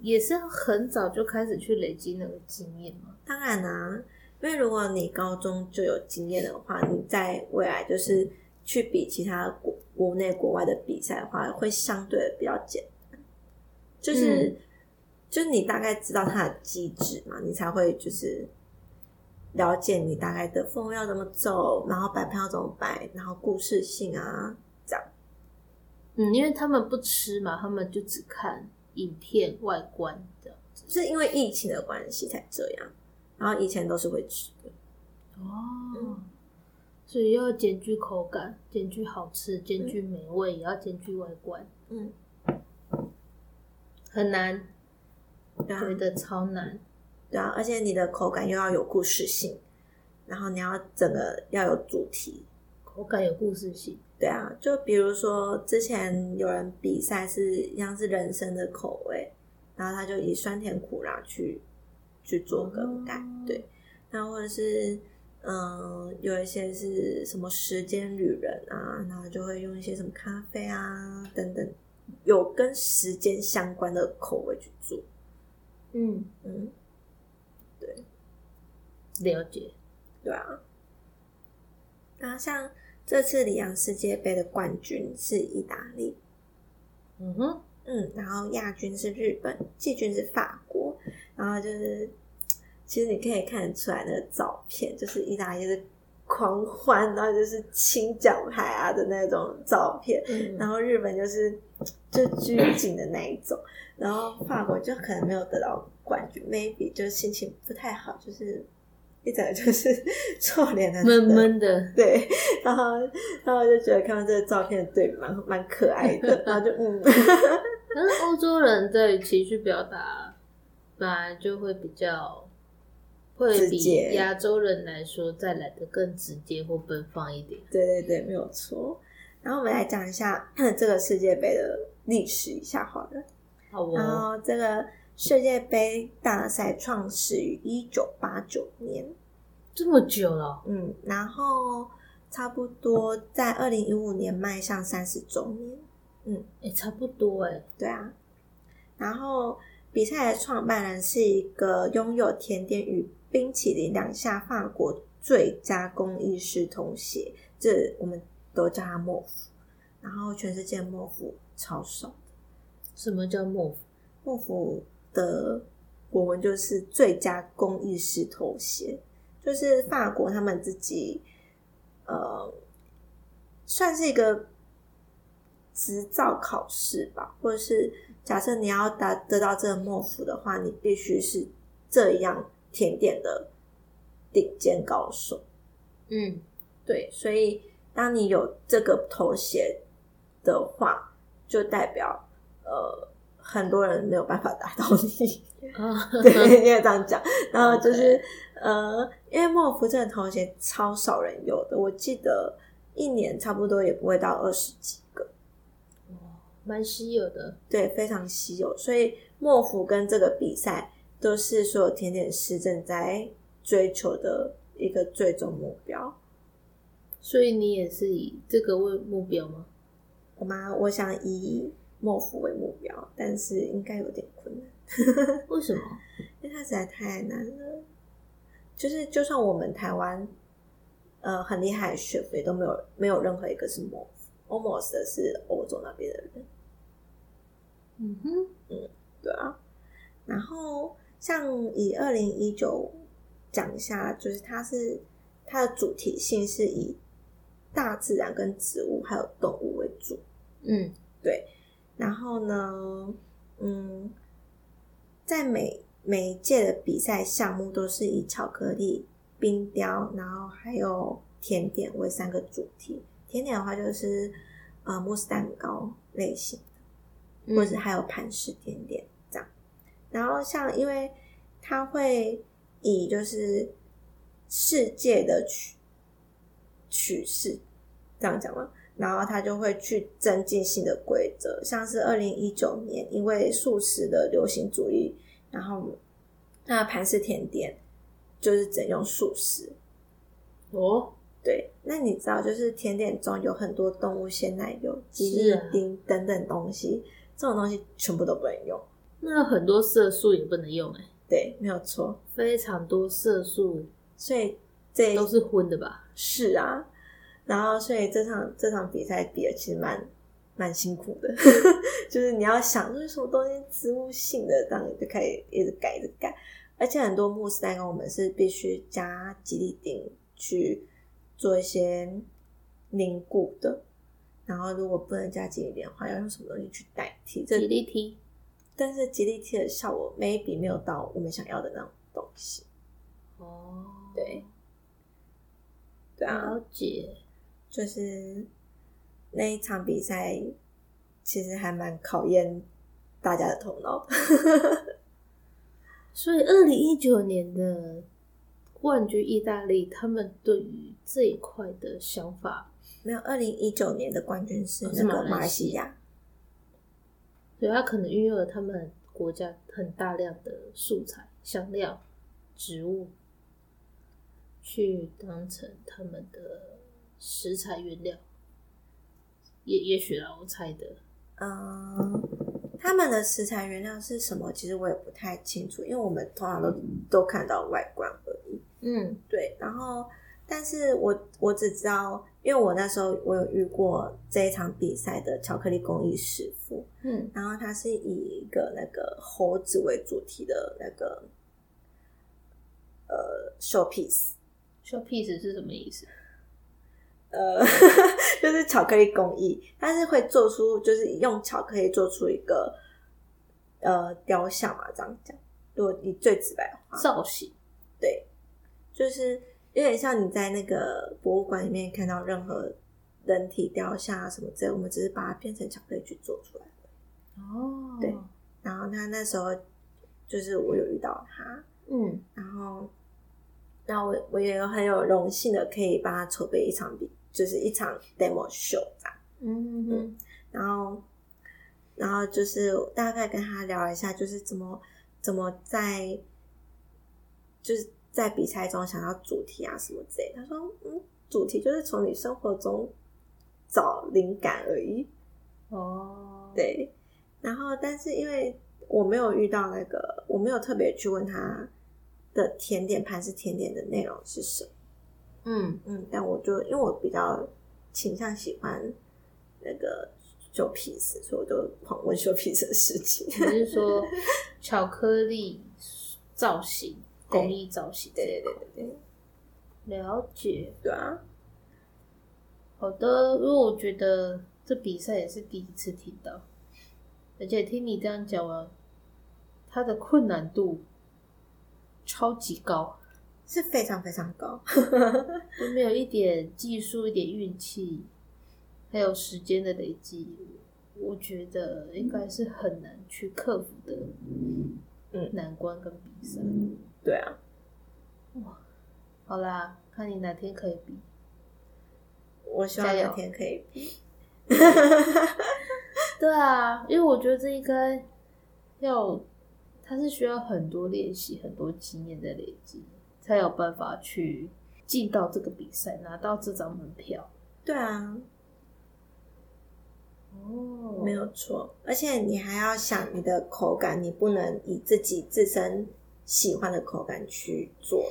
也是要很早就开始去累积那个经验嘛。当然啊，因为如果你高中就有经验的话，你在未来就是去比其他国国内国外的比赛的话，会相对比较简单。就是、嗯就是你大概知道它的机制嘛，你才会就是了解你大概的风味要怎么走，然后摆盘要怎么摆，然后故事性啊，嗯，因为他们不吃嘛，他们就只看影片外观的。就是因为疫情的关系才这样。然后以前都是会吃的，哦，所以要兼具口感，兼具好吃，兼具美味，也要兼具外观，嗯，很难，对啊。觉得超难。对啊，而且你的口感又要有故事性，然后你要整个要有主题。口感有故事性，对啊，就比如说之前有人比赛是一样是人参的口味，然后他就以酸甜苦辣去去做更改。哦对，那或者是嗯，有一些是什么时间旅人啊，然后就会用一些什么咖啡啊等等，有跟时间相关的口味去做。嗯，嗯，了解。对啊。然后像这次里昂世界杯的冠军是意大利，嗯哼，嗯，然后亚军是日本，季军是法国，然后就是，其实你可以看得出来那个照片，就是意大利是狂欢，然后就是清奖牌啊的那种照片，嗯然后日本就是就拘谨的那一种，然后法国就可能没有得到冠军，maybe 就心情不太好，就是一整个就是 *laughs* 臭脸的闷闷的，对，然后然后就觉得看到这个照片，对，蛮蛮可爱 *laughs* 的，然后就嗯， *laughs* 可是欧洲人对于情绪表达本来就会比较，会直比接亚洲人来说再来的更直接或奔放一点。对对对，没有错。然后我们来讲一下 *clears throat* 这个世界杯的历史一下好了。好然哦，后这个世界杯大赛创始于一九八九年，这么久了，嗯，然后差不多在二零一五年迈向三十周年，哎、差不多哎、对啊。然后比赛的创办人是一个拥有甜点与冰淇淋两项法国最佳工艺师童鞋，这我们都叫他莫夫。然后全世界莫夫超少，什么叫莫夫？莫夫的国文就是最佳工艺师头衔，就是法国他们自己呃，算是一个执照考试吧，或者是假设你要达得到这个莫夫的话，你必须是这样甜点的顶尖高手。嗯，对，所以当你有这个头衔的话，就代表呃很多人没有办法达到你，啊， *laughs* 对，你也这样讲。然后就是呃，因为莫福这个头衔超少人有的，我记得一年差不多也不会到二十几个，蛮稀有的。对，非常稀有。所以莫福跟这个比赛都是所有甜点师正在追求的一个最终目标。所以你也是以这个为目标吗？我妈，我想以莫福为目标，但是应该有点困难，为什么？因为它实在太难了。就是就算我们台湾呃很厉害的学府，也都没有没有任何一个是莫福，almost 的是欧洲那边的人，嗯哼，对啊。然后像以二零一九讲一下，就是它是它的主题性是以大自然跟植物还有动物为主。嗯然后呢，嗯，在每每一届的比赛项目都是以巧克力、冰雕，然后还有甜点为三个主题。甜点的话就是呃慕斯蛋糕类型，嗯或者是还有盘式甜点这样。然后像因为它会以就是世界的曲曲式这样讲吗？然后他就会去增进新的规则，像是二零一九年因为素食的流行主义，然后那盘式甜点就是只能用素食。哦，对，那你知道就是甜点中有很多动物鲜奶油、吉是利啊丁等等东西，这种东西全部都不能用。那很多色素也不能用哎、对，没有错。非常多色素所以这都是荤的吧？是啊，然后所以这场这场比赛比的其实蛮蛮辛苦的， *laughs* 就是你要想这是什么东西植物性的，这样你就可以一直改一直改，而且很多慕斯蛋糕我们是必须加吉利丁去做一些凝固的。然后，如果不能加吉利丁的话，要用什么东西去代替？这吉利 T 但是吉利贴的效果 maybe 没有到我们想要的那种东西。哦，对，对啊，了解。就是那一场比赛，其实还蛮考验大家的头脑。 *laughs* 所以二零一九年的冠军意大利，他们对于这一块的想法，没有，二零一九年的冠军是哦是那个马马来来西西亚，对他可能运用了他们国家很大量的素材、香料、植物，去当成他们的食材原料。也也许啦，我猜的。嗯，他们的食材原料是什么？其实我也不太清楚，因为我们通常都都看到外观而已。嗯对，然后但是我我只知道，因为我那时候我有遇过这一场比赛的巧克力工艺师傅，嗯，然后它是以一个那个猴子为主题的那个呃 showpiece，小 piece 是什么意思？呃， *laughs* 就是巧克力工艺，它是会做出就是用巧克力做出一个呃雕像嘛，这样讲，如果你最直白的话，造型。对，就是有点像你在那个博物馆里面看到任何人体雕像啊什么之类，我们只是把它变成巧克力去做出来。哦对然后他那时候就是我有遇到他，嗯，然后，那我我也有很有荣幸的可以帮他筹备一场比，就是一场 demo show 这样。嗯哼，然后，然后就是大概跟他聊一下，就是怎么怎么在，就是在比赛中想要主题啊什么之类的。他说，嗯，主题就是从你生活中找灵感而已。哦，，对，然后但是因为我没有遇到那个，我没有特别去问他的甜点盘是甜点的内容是什么，嗯，嗯，但我就因为我比较倾向喜欢那个 show piece，所以我就狂问 show piece 的事情。 *laughs* *laughs* 你是说巧克力造型、对工艺造型？对对对对对，对，了解。对啊，好的，因为我觉得这比赛也是第一次听到，而且听你这样讲完，它的困难度超级高，是非常非常高。都没有一点技术、一点运气，还有时间的累积，我觉得应该是很难去克服的嗯难关跟比赛。对啊，好啦，看你哪天可以比。我希望加油有天可以对啊，因为我觉得这应该要，它是需要很多练习、很多经验的累积，才有办法去进啊到这个比赛，拿到这张门票。对啊，哦有错。而且你还要想你的口感，你不能以自己自身喜欢的口感去做，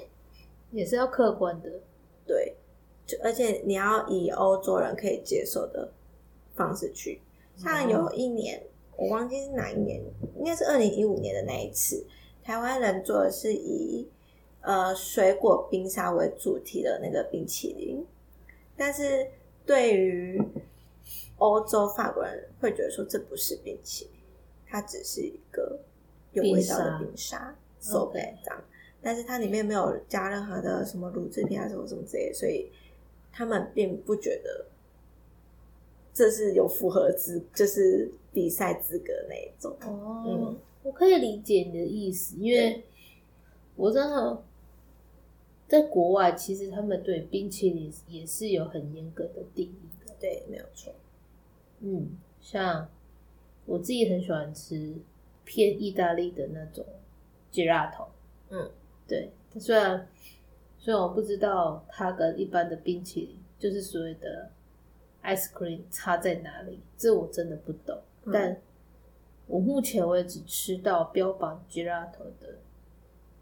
也是要客观的。对。就而且你要以欧洲人可以接受的方式去。像有一年，我忘记是哪一年，应该是二零一五年的那一次，台湾人做的是以呃水果冰沙为主题的那个冰淇淋，但是对于欧洲法国人会觉得说这不是冰淇淋，它只是一个有味道的冰沙，嗯手感这样，但是它里面没有加任何的什么乳制品啊什么什么之类的，所以他们并不觉得这是有符合资就是比赛资格那一种。哦，嗯我可以理解你的意思，因为我真的在国外，其实他们对冰淇淋也是有很严格的定义的。对，没有错。嗯，像我自己很喜欢吃偏意大利的那种 gelato。嗯，对，虽然虽然我不知道它跟一般的冰淇淋，就是所谓的 ice cream 差在哪里，这我真的不懂。嗯但我目前为止吃到标榜 gelato 的，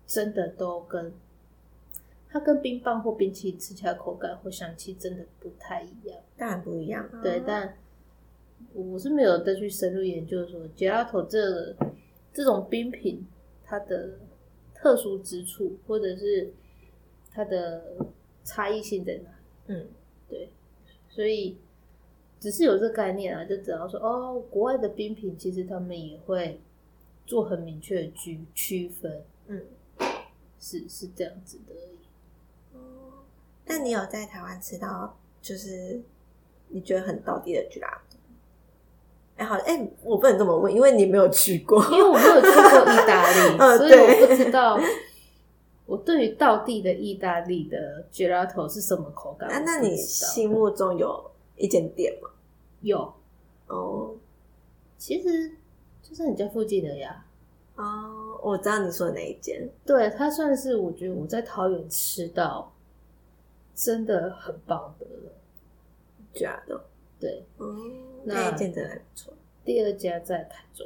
真的都跟它跟冰棒或冰淇淋吃起来口感或香气真的不太一样。当然不一样。啊对，但我是没有再去深入研究说 gelato 这个这种冰品它的特殊之处，或者是它的差异性在哪。嗯，对，所以只是有这个概念啊，就只要说哦，国外的冰品其实他们也会做很明确的区区分，嗯，是是这样子的而已。但你有在台湾吃到就是你觉得很道地的 g e 哎、好，哎、我不能这么问，因为你没有去 *laughs* 过。啊因为我没有去过意大 *laughs* 利，呃所以对我不知道我对于道地的意大利的 gelato 是什么口感。那啊那我不知你道心目中有一间店吗？有？哦其实就是你家附近的呀。哦，我知道你说的哪一间。对，它算是我觉得我在桃园吃到真的很棒的了。 g e 的，对，嗯，那那一间真的还不错。第二家在台中。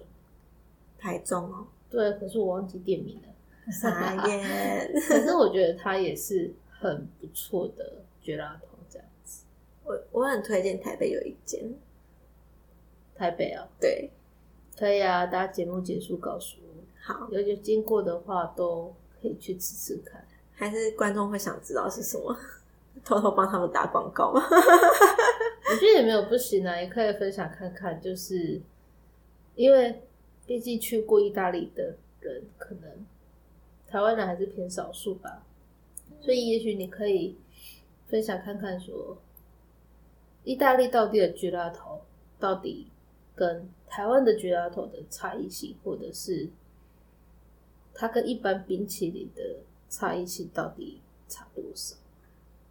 台中哦，对，可是我忘记店 *laughs* 名了。傻眼。可是我觉得它也是很不错的 gelato，这样子。 *laughs* 我我很推荐台北有一间，台北啊，对，可以啊，大家节目结束告诉我。好，有有经过的话，都可以去吃吃看。还是观众会想知道是什么， *laughs* 偷偷帮他们打广告吗？我觉得也没有不行啊，也可以分享看看。就是因为毕竟去过意大利的人，可能台湾人还是偏少数吧，所以也许你可以分享看看说，意大利到底的 gelato 到底跟台湾的 gelato 的差异性，或者是它跟一般冰淇淋的差异性到底差多少？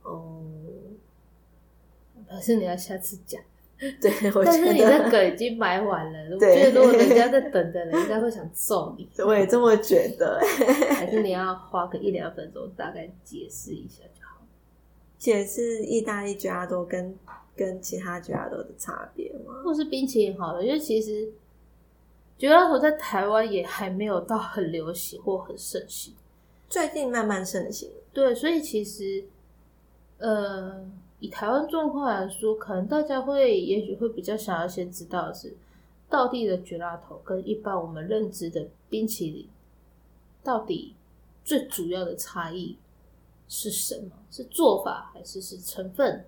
哦，还是你要下次讲？ *laughs* 对，我但是你那觉个已经买完 *laughs* 了，我觉对得如果人家在等的人，应该会想揍你。 *laughs* 得，我也这么觉得。还是你要花个一两分钟，大概解释一下就好。解释意大利 g e l 跟跟其他 g e l 的差别吗？或是冰淇淋好了，因为其实绝辣头在台湾也还没有到很流行或很盛行。最近慢慢盛行，对，所以其实，呃，以台湾状况来说，可能大家会也许会比较想要先知道的是，道地的绝辣头跟一般我们认知的冰淇淋，到底最主要的差异是什么？是做法，还是是成分，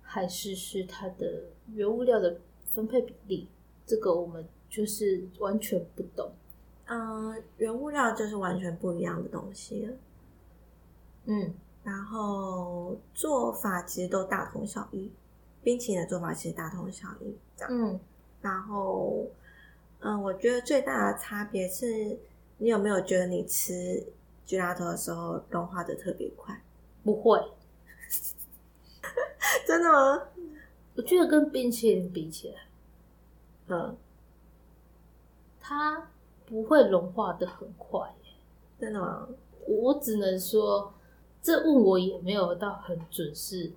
还是是它的原物料的分配比例？这个我们就是完全不懂。嗯、原物料就是完全不一样的东西了，嗯，然后做法其实都大同小异，冰淇淋的做法其实大同小异，这样。嗯，然后，嗯，我觉得最大的差别是你有没有觉得你吃 gelato 的时候融化的特别快？ *laughs* 不会。真的吗？我觉得跟冰淇淋比起来。嗯，它不会融化的很快耶。真的吗？我只能说，这问我也没有到很准 *laughs* 是，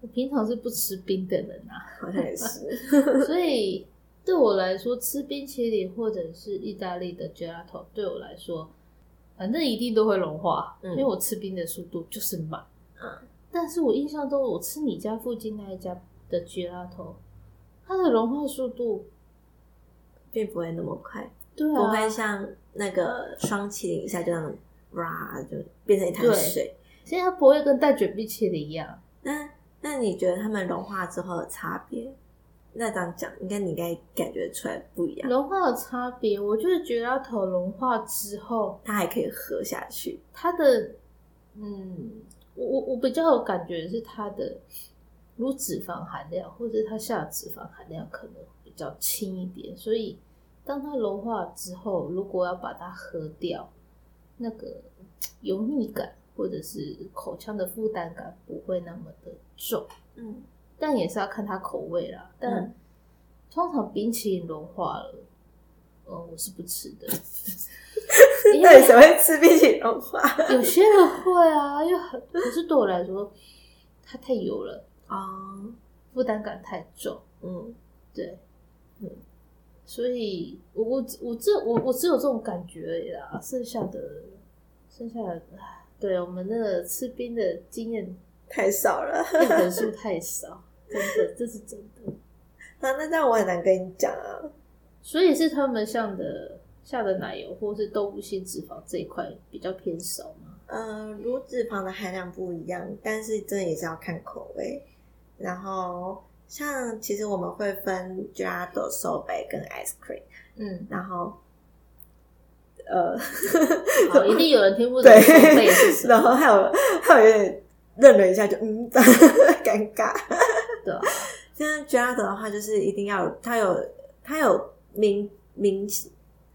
我平常是不吃冰的人啊，好像也是。所以对我来说，吃冰淇淋或者是意大利的 gelato，对我来说，反正一定都会融化，嗯因为我吃冰的速度就是慢。嗯，但是我印象中，我吃你家附近那一家的 gelato，它的融化速度，并不会那么快，对啊，不会像那个双麒麟一下就让哇就变成一滩对水。现在它不会跟蛋卷冰淇淋一样。那那你觉得它们融化之后的差别？那这样讲，应该你应该感觉出来不一样。融化的差别，我就是觉得头融化之后，它还可以喝下去，它的，嗯，我我我比较有感觉的是它的，如果脂肪含量或者它下的脂肪含量可能比较轻一点，所以当它融化之后，如果要把它喝掉，那个油腻感或者是口腔的负担感不会那么的重。嗯，但也是要看它口味啦。但、嗯通常冰淇淋融化了，呃，我是不吃的，因到底为谁会吃冰淇淋融 *laughs* 化？有些人会啊，因为很，可是对我来说，它太油了，哦，负担感太重，嗯对，嗯，所以我我我这我我只有这种感觉而已啦，剩下的剩下的，唉对我们那个吃冰的经验太少了。 *laughs* 样本数太少，真的，这是真的。那那这样我很难跟你讲啊。所以是他们像的下的奶油或是动物性脂肪这一块比较偏少嘛？呃，乳脂肪的含量不一样，但是这也是要看口味。然后像其实我们会分 gelato、手杯跟 ice cream，嗯，然后呃， *laughs* 好，一定有人听不懂对烘焙是 *laughs* 什然么，后还有还有有点愣了一下就，嗯， *laughs* 尴尬。对啊，像 gelato 的话，就是一定要有它有它有明明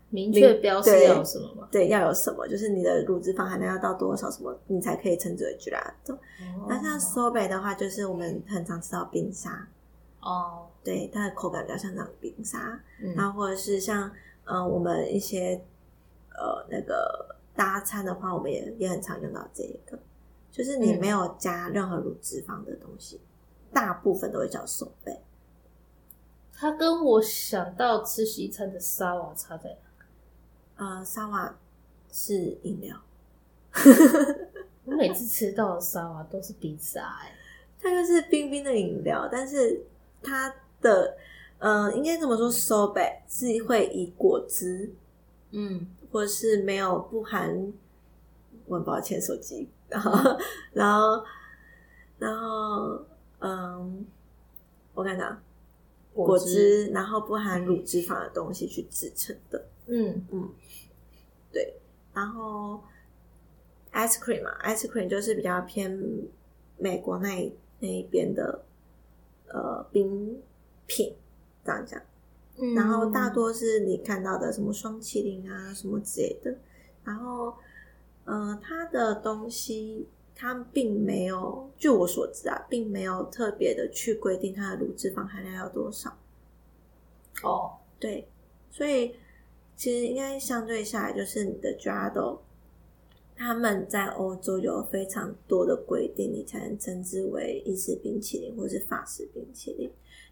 明确标示对要有什么嘛？对要有什么，就是你的乳脂肪含量要到多少什么，你才可以称之为 gelato。那像哦 sorbet 的话，就是我们很常吃到冰沙，哦，对它的口感比较像那种冰沙，然嗯，后或者是像呃我们一些呃那个搭餐的话，我们也也很常用到这一个，就是你嗯没有加任何乳脂肪的东西，大部分都会叫手背。它跟我想到吃西餐的沙瓦差在哪？呃，沙瓦是饮料，我每次吃到的沙瓦都是冰沙、欸，它就是冰冰的饮料，但是它的呃应该怎么说手背是会以果汁嗯，或是没有不含，我很抱歉手机， *laughs* 然后然后然后嗯，我看看果汁，汁，然后不含乳脂肪的东西去制成的，嗯然后 ice cream 嘛，ice cream 就是比较偏美国那一那一边的呃冰品。这样讲，嗯，然后大多是你看到的什么双麒麟啊什么之类的，然后，呃，它的东西它并没有，据我所知啊，并没有特别的去规定它的乳脂肪含量要多少，哦，对，所以其实应该相对下来，就是你的 Gelato，他们在欧洲有非常多的规定，你才能称之为意式冰淇淋或是法式冰淇淋。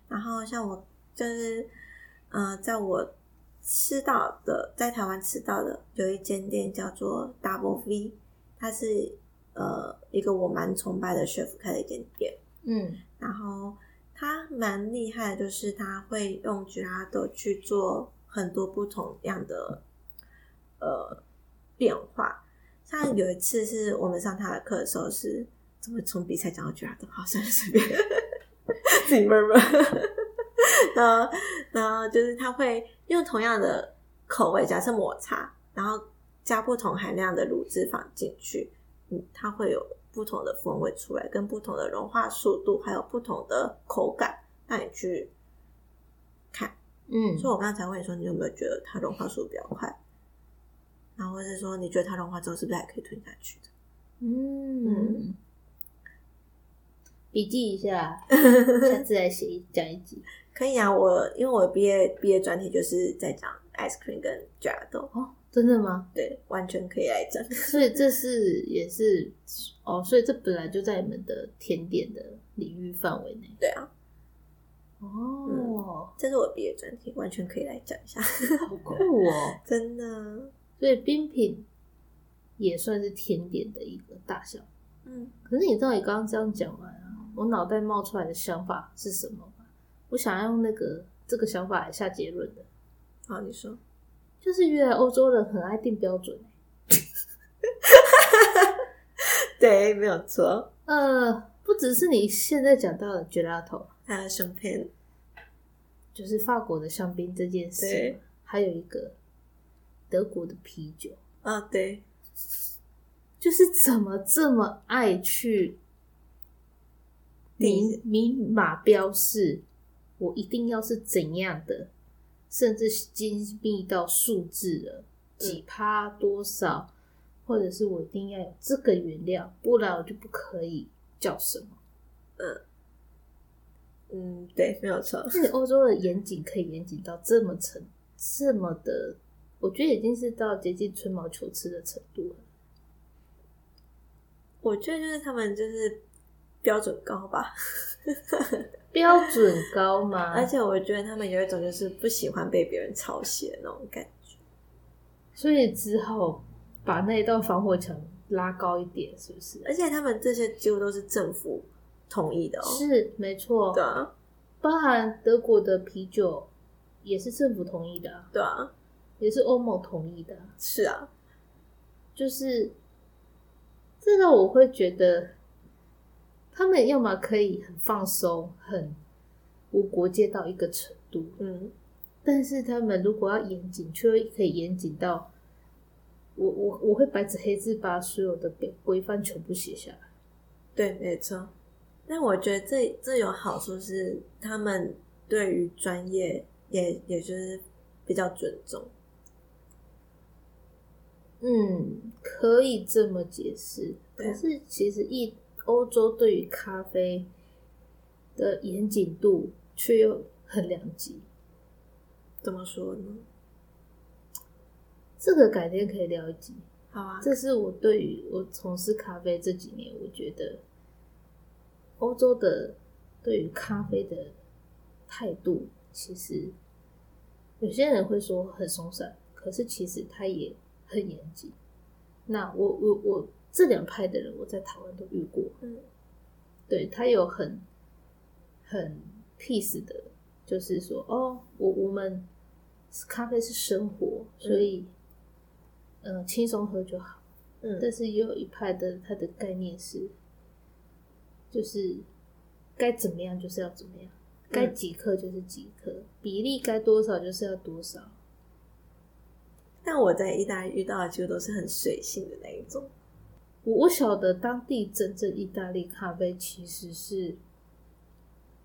然后像我就是，呃，在我吃到的，在台湾吃到的有一间店叫做 Double V，它是呃一个我蛮崇拜的 chef 开的一间店。嗯然后它蛮厉害的，就是它会用 gelato 去做很多不同样的呃变化。像有一次是我们上他的课的时候是，怎么从比赛讲到 gelato？好，算了，随便自己闷闷。然后，然后就是他会用同样的口味，假设抹茶，然后加不同含量的乳脂肪进去，嗯，它会有不同的风味出来，跟不同的融化速度，还有不同的口感，让你去看。嗯，所以我刚才问你说，你有没有觉得它融化速度比较快？然后或是说，你觉得它融化之后是不是还可以吞下去的？嗯，笔记一 *laughs* 下，下次来写一讲一集。可以啊，我因为我毕业毕业专题就是在讲 ice cream 跟 gelato，哦，真的吗？对，完全可以来讲。所以这是也是哦，所以这本来就在你们的甜点的领域范围内。对啊，哦，这是我毕业专题，完全可以来讲一下，好酷哦！真的。 *laughs* 所以冰品也算是甜点的一个大小。嗯，可是你知道你刚刚这样讲完啊，我脑袋冒出来的想法是什么吗？我想要用那个这个想法来下结论的，好，你说， *laughs* 就是原来欧洲人很爱定标准、对，没有错。呃，不只是你现在讲到的 gelato，还有胸片，就是法国的香槟这件事对嘛，还有一个德国的啤酒，哦，对，就是怎么这么爱去明定明码标示，我一定要是怎样的，甚至精密到数字了，嗯几趴多少，或者是我一定要有这个原料，不然我就不可以叫什么。嗯，对，没有错。那你欧洲的严谨可以严谨到这么成这么的，我觉得已经是到接近吹毛求疵的程度了。我觉得就是他们就是标准高吧，标准高吗？而且我觉得他们有一种就是不喜欢被别人抄袭的那种感觉。所以只好把那一道防火墙拉高一点，是不是？而且他们这些几乎都是政府同意的哦。是没错对，啊，包含德国的啤酒也是政府同意的啊、对啊，也是欧盟同意的啊、是啊，就是这个我会觉得，他们要么可以很放松、很无国界到一个程度，嗯，但是他们如果要严谨，却可以严谨到我我我会白纸黑字把所有的规规范全部写下来。对，没错。但我觉得这这有好处是，他们对于专业也也就是比较尊重。嗯，可以这么解释。对可是其实一欧洲对于咖啡的严谨度却又很两极，怎么说呢？这个改天可以聊一集。好啊，这是我对于我从事咖啡这几年，我觉得欧洲的对于咖啡的态度，其实有些人会说很松散，可是其实他也很严谨。那我我我这两派的人，我在台湾都遇过，嗯对他有很很 peace 的，就是说哦，我我们咖啡是生活，所以嗯、呃轻松喝就好。嗯，但是也有一派的他的概念是，就是该怎么样就是要怎么样，该几克就是几克，比例该多少就是要多少。但我在意大利遇到的几乎都是很随性的那一种。我我晓得当地真正意大利咖啡其实是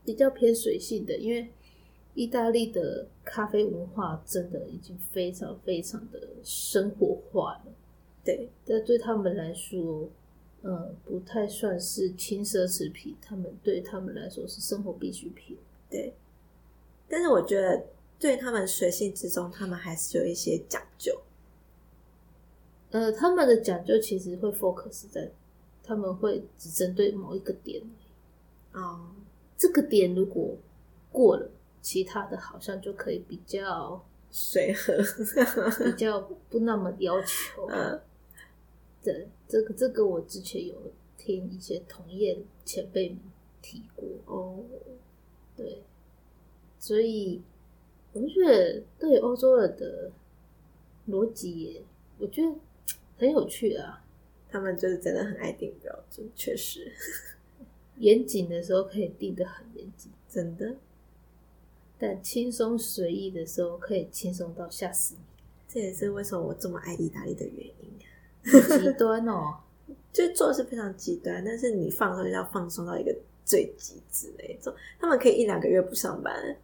比较偏随性的，因为意大利的咖啡文化真的已经非常非常的生活化了。对，但对他们来说，呃，不太算是轻奢侈品，他们对他们来说是生活必需品。对，但是我觉得对他们随性之中，他们还是有一些讲究。呃，他们的讲究其实会 focus 在，他们会只针对某一个点，哦，这个点如果过了，其他的好像就可以比较随 *laughs* 和，比较不那么要求。嗯对，这个这个我之前有听一些同业前辈们提过，哦，对，所以我就觉得对欧洲人的逻辑也，我觉得很有趣啊。他们就是真的很爱定标准，确实，严谨的时候可以定得很严谨，真的，但轻松随意的时候可以轻松到吓死你，这也是为什么我这么爱意大利的原因。好极端哦。就做事非常极端，但是你放松要放松到一个最极致那一种。他们可以一两个月不上班。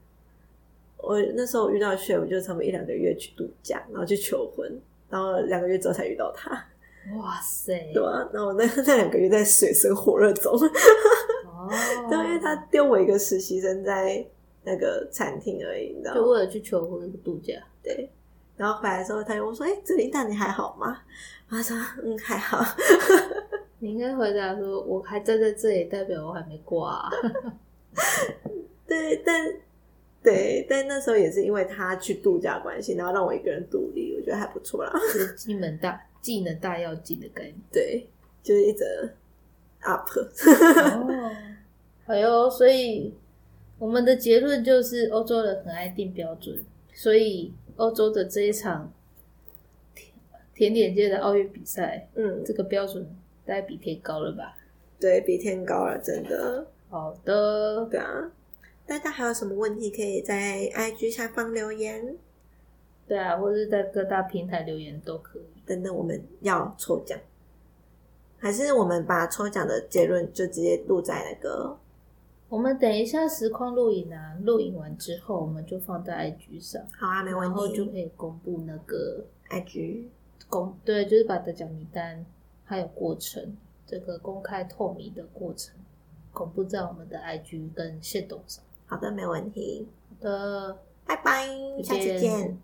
我那时候遇到学，我就是他们一两个月去度假，然后去求婚，然后两个月之后才遇到他，哇塞， *laughs* 对啊，那我那那两个月在水深火热中，哦， *laughs* 对，啊因为他丢我一个实习生在那个餐厅而已，你知道就吗？为了去求婚度假，对。然后回来之后，他就问我说：“哎、这里那你还好吗？”然后他说：“嗯，还好。 *laughs* 你应该回答说我还站在这里，代表我还没挂啊、”对对，但对，但那时候也是因为他去度假关系，然后让我一个人独立，我觉得还不错啦。 *laughs* *laughs* 就是技能大技能大要技的概念。对，就是一直 up。 *laughs* 哦，好哟，所以我们的结论就是欧洲人很爱定标准，所以欧洲的这一场甜甜点界的奥运比赛，嗯，这个标准大概比天高了吧？对比天高了，真的。好的，对啊，大家还有什么问题可以在 IG 下方留言？对啊，或是在各大平台留言都可以。等等，我们要抽奖，还是我们把抽奖的结论就直接录在那个？我们等一下实况录影啊，录影完之后我们就放在 IG 上，好啊，没问然后就题。可以公布那个 IG 公对，就是把得奖名单还有过程，这个公开透明的过程，公布在我们的 IG 跟线动上。好的，没问题。好的，拜拜，下次见。